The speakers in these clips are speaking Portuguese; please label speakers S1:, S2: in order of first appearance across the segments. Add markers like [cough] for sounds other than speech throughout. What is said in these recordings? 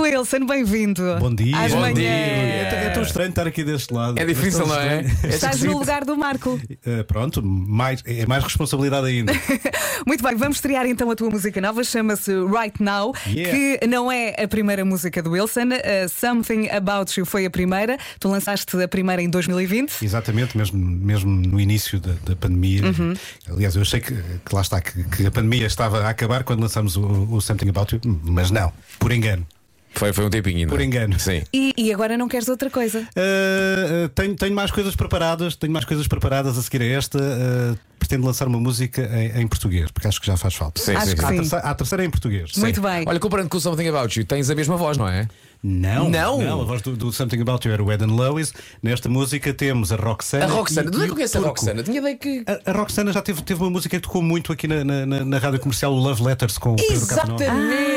S1: Wilson, bem-vindo.
S2: Bom dia.
S1: Às
S2: Bom
S1: manhãs.
S2: dia. É, é tão estranho estar aqui deste lado.
S3: É difícil,
S2: tão
S3: não é?
S2: estranho. assim,
S3: É
S1: Estás
S3: esquisito.
S1: no lugar do Marco.
S2: Eh, pronto, mais, é mais responsabilidade
S3: [laughs]
S2: ainda.
S1: Muito bem, vamos estrear então a tua música nova, chama-se Right Now,
S2: Yeah.
S1: que não é a primeira música do Wilson. uh, Something About You foi a primeira. Tu lançaste a primeira em 2020.
S2: Exatamente, mesmo, mesmo no início da, da pandemia.
S3: Uhum.
S2: Aliás, eu achei que, que lá está, que, que a pandemia estava a acabar quando lançamos o, o Something About You, mas não, por engano.
S3: Foi, foi um tempinho ainda.
S2: Por engano.
S3: Sim.
S1: E, e agora não queres outra coisa?
S2: Uh, uh, tenho, tenho mais coisas preparadas, tenho mais coisas preparadas a seguir a esta. uh, pretendo lançar uma música em, em português, porque acho que já faz falta.
S3: Sim,
S1: Acho
S3: sim,
S1: que
S2: Há a
S1: sim.
S2: terceira- há a terceira em português. sim.
S1: Muito bem.
S3: Olha, comparando com o Something About You, tens a mesma voz, não é?
S2: Não,
S3: Não?
S2: a voz do, do Something About You era o Eden Lewis. Nesta música temos a Roxana.
S3: A Roxana,
S2: e-
S3: de onde
S2: e
S3: é
S2: o
S3: que eu conheço a
S2: Turco. Ah.
S3: Roxana? Tinha ideia que.
S2: A, a Roxana já teve, teve uma música que tocou muito aqui na, na, na- na rádio comercial, o Love Letters com o Pedro Capanova.
S3: Exatamente!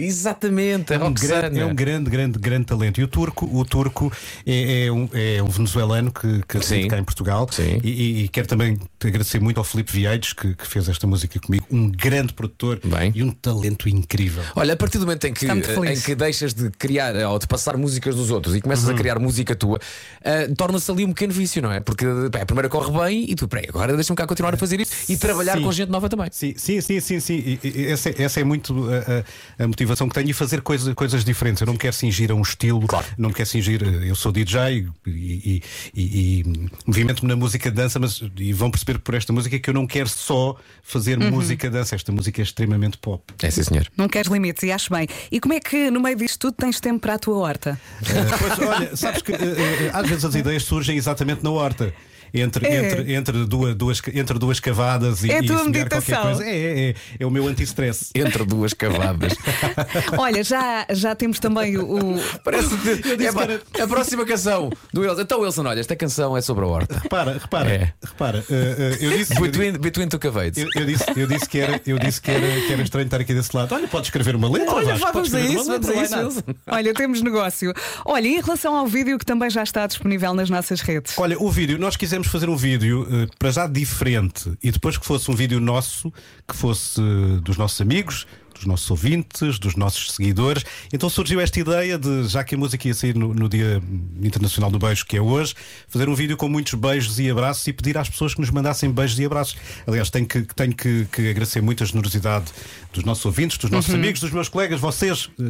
S3: Exatamente, a
S2: É um,
S3: Roxana.
S2: grande, é um grande, grande, grande talento. E o turco, o turco é, é um, é um venezuelano que, que
S3: Sim.
S2: reside cá em Portugal.
S3: Sim.
S2: E, e- e quero também agradecer muito ao Filipe Vieites que, que fez esta música comigo. Um grande produtor
S3: Bem.
S2: e um talento incrível.
S3: Olha, a partir do momento em que,
S1: Está muito feliz.
S3: em que deixas de criar eh, ou de passar músicas dos outros e
S2: Uhum.
S3: começas a criar música tua, ah, torna-se ali um pequeno vício, não é? Porque pá, a primeira corre bem e tu, peraí, agora deixa-me cá continuar a fazer isso e trabalhar
S2: Sim.
S3: com gente nova também.
S2: Sim, sim, sim, sim, sim. E- e- Essa, é- essa é muito eh, a, a- a motivação que tenho e fazer coisa, coisas diferentes. Eu não me quero singir a um estilo, não me quero singir. Eu sou DJ e, e, e- e movimento-me na música de dança, mas e vão perceber por esta música que eu não quero só fazer música de dança. Esta música é extremamente pop.
S3: É, sim, senhor.
S1: Não queres limites e acho bem. E como é que no meio disto tudo tens tempo para a tua
S2: [laughs]
S1: horta?
S2: Eh, [laughs] pois, olha, sabes que eh, eh, às [laughs] vezes as ideias surgem exatamente na horta. Entre,
S1: É.
S2: entre, entre, duas, duas- entre duas cavadas e,
S1: É a
S2: e
S1: tua
S2: semear qualquer
S1: meditação.
S2: coisa. É, é, é, é o meu anti-stress.
S3: Entre duas
S2: [laughs]
S3: cavadas.
S1: Olha, já, já temos também o. o-
S3: Parece que
S2: disse
S3: é, pá,
S2: que
S3: a próxima canção do Wilson. Então, Wilson, olha, esta canção é sobre a horta.
S2: Repara, repara,
S3: É.
S2: repara. eh, eh, eu disse. eu disse-
S3: Between, between Two Cavates.
S2: Eu, eu disse, eu disse, que, era, eu disse que, era, que era estranho estar aqui desse lado. Olha, pode escrever uma letra.
S3: Olha,
S2: Vasco,
S3: vá,
S2: podes
S3: vamos a
S2: escrever
S3: isso,
S2: uma
S3: vamos
S2: letra,
S3: a
S2: why
S3: isso,
S2: not?
S3: Wilson.
S1: Olha, temos negócio. Olha, e em relação ao vídeo que também já está disponível nas nossas redes?
S2: Olha, o vídeo, nós quisemos fazer um vídeo eh, para já diferente e depois que fosse um vídeo nosso, que fosse eh, dos nossos amigos, dos nossos ouvintes, dos nossos seguidores. Então surgiu esta ideia de, já que a música ia sair no, no Dia Internacional do Beijo, que é hoje, fazer um vídeo com muitos beijos e abraços e pedir às pessoas que nos mandassem beijos e abraços. Aliás, tenho que, tenho que, que agradecer muito a generosidade dos nossos ouvintes, dos nossos amigos, dos meus colegas. Vocês eh,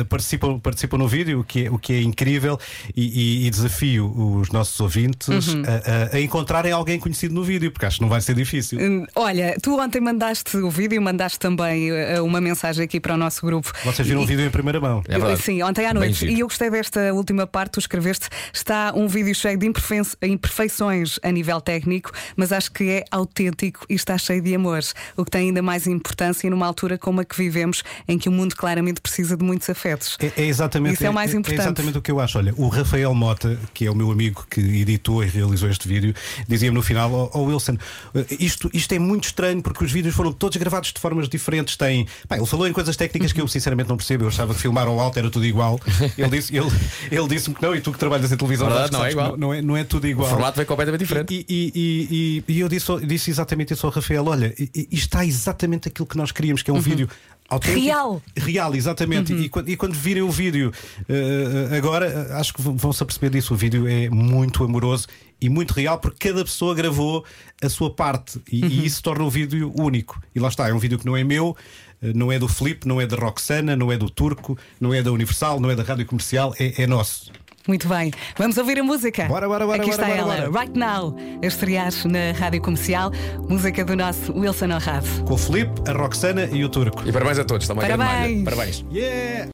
S2: eh, participam, participam no vídeo, o que é, o que é incrível, e, e- e desafio os nossos ouvintes a, a- a encontrarem alguém conhecido no vídeo, porque acho que não vai ser difícil.
S1: Hum, Olha, tu ontem mandaste o vídeo e mandaste também eh, uma mensagem aqui para o nosso grupo.
S2: Vocês viram
S1: E-
S2: o vídeo em primeira mão.
S3: É verdade.
S1: Sim, ontem à
S3: Bem
S1: noite.
S3: giro.
S1: E eu gostei desta última parte, tu escreveste. Está um vídeo cheio de imperfe- imperfeições a nível técnico, mas acho que é autêntico e está cheio de amores, o que tem ainda mais importância numa altura como a que vivemos, em que o mundo claramente precisa de muitos afetos.
S2: É, é exatamente,
S1: Isso é o mais importante.
S2: exatamente o que eu acho. Olha, o Rafael Mota, que é o meu amigo que editou e realizou este vídeo, dizia-me no final: Ó ó, Wilson, eh, isto, isto é muito estranho porque os vídeos foram todos gravados de formas diferentes. Tem, pá, ele falou em coisas técnicas
S1: Uhum.
S2: que eu sinceramente não percebo. Eu achava que filmar ao alto era tudo igual. Ele disse-me ele, ele disse que não, e tu que trabalhas em televisão,
S3: Verdade,
S2: acho que
S3: não é
S2: sabes que
S3: igual.
S2: Não, não é, não é tudo igual.
S3: O formato é completamente diferente.
S2: E, e- e- e- e eu disse, ao- disse exatamente isso ao Rafael: olha, i- i- isto está exatamente aquilo que nós queríamos, que é um vídeo autêntico.
S1: Real.
S2: Real, exatamente. E, quando, e quando virem o vídeo eh, eh, agora, eh, acho que vão- vão-se aperceber disso. O vídeo é muito amoroso e muito real, porque cada pessoa gravou a sua parte e, e isso torna o vídeo único. E lá está, é um vídeo que não é meu. eh, Não é do Filipe, não é da Roxana, não é do Turco, não é da Universal, não é da Rádio Comercial, é, é nosso.
S1: Muito bem, vamos ouvir a música.
S2: Bora, bora, bora,
S1: Aqui
S2: bora,
S1: está
S2: bora,
S1: ela,
S2: bora.
S1: Right Now, a estrear na rádio comercial, música do nosso Wilson Honrado.
S2: Com o Filipe, a Roxana e o Turco.
S3: E parabéns a todos, está uma grande
S1: Parabéns.
S3: malha. Parabéns.
S2: Yeah!